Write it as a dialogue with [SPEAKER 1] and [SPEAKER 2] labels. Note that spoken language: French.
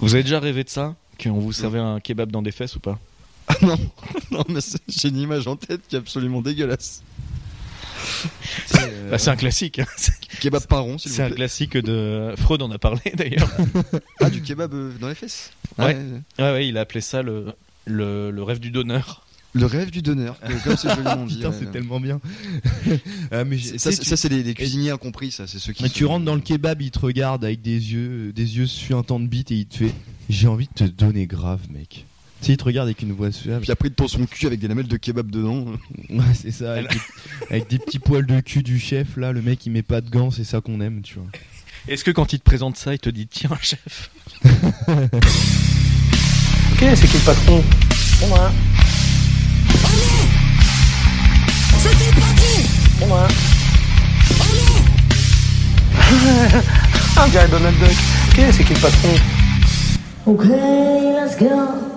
[SPEAKER 1] Vous avez déjà rêvé de ça Qu'on vous servait un kebab dans des fesses ou pas
[SPEAKER 2] Ah non, non, mais c'est- j'ai une image en tête qui est absolument dégueulasse. C'est euh,
[SPEAKER 1] Bah, C'est un classique. hein.
[SPEAKER 2] kebab pas rond, s'il
[SPEAKER 1] C'est
[SPEAKER 2] vous
[SPEAKER 1] un
[SPEAKER 2] plaît.
[SPEAKER 1] classique de. Freud en a parlé d'ailleurs.
[SPEAKER 2] Ah, du kebab euh, dans les fesses. Ah,
[SPEAKER 1] Ouais. Ouais, ouais, il a appelé ça le, le, le rêve du donneur.
[SPEAKER 2] Le rêve du donneur, euh, comme c'est joliment dit.
[SPEAKER 3] Putain,
[SPEAKER 2] ouais.
[SPEAKER 3] c'est tellement bien. Ah, mais j'ai-
[SPEAKER 2] Ça,
[SPEAKER 3] tu sais,
[SPEAKER 2] c'est-
[SPEAKER 3] tu-
[SPEAKER 2] ça, c'est les, les cuisiniers incompris, ça. C'est ceux qui.
[SPEAKER 3] mais
[SPEAKER 2] se-
[SPEAKER 3] tu rentres dans le kebab, il te regarde avec des yeux, des yeux suintants de bite et il te fait J'ai envie de te donner grave, mec. Tu sais, il te regarde avec une voix suave.
[SPEAKER 2] Puis après, il te tend son cul avec des lamelles de kebab dedans.
[SPEAKER 3] Ouais, c'est ça, avec des, avec des petits poils de cul du chef, là, le mec il met pas de gants, c'est ça qu'on aime, tu vois.
[SPEAKER 1] Est-ce que quand il te présente ça, il te dit Tiens, chef
[SPEAKER 4] Ok, c'est qui le patron C'est moi. C'est moi. Ah, on dirait Donald Duck. Ok, c'est qui le patron
[SPEAKER 5] Okay, let's go.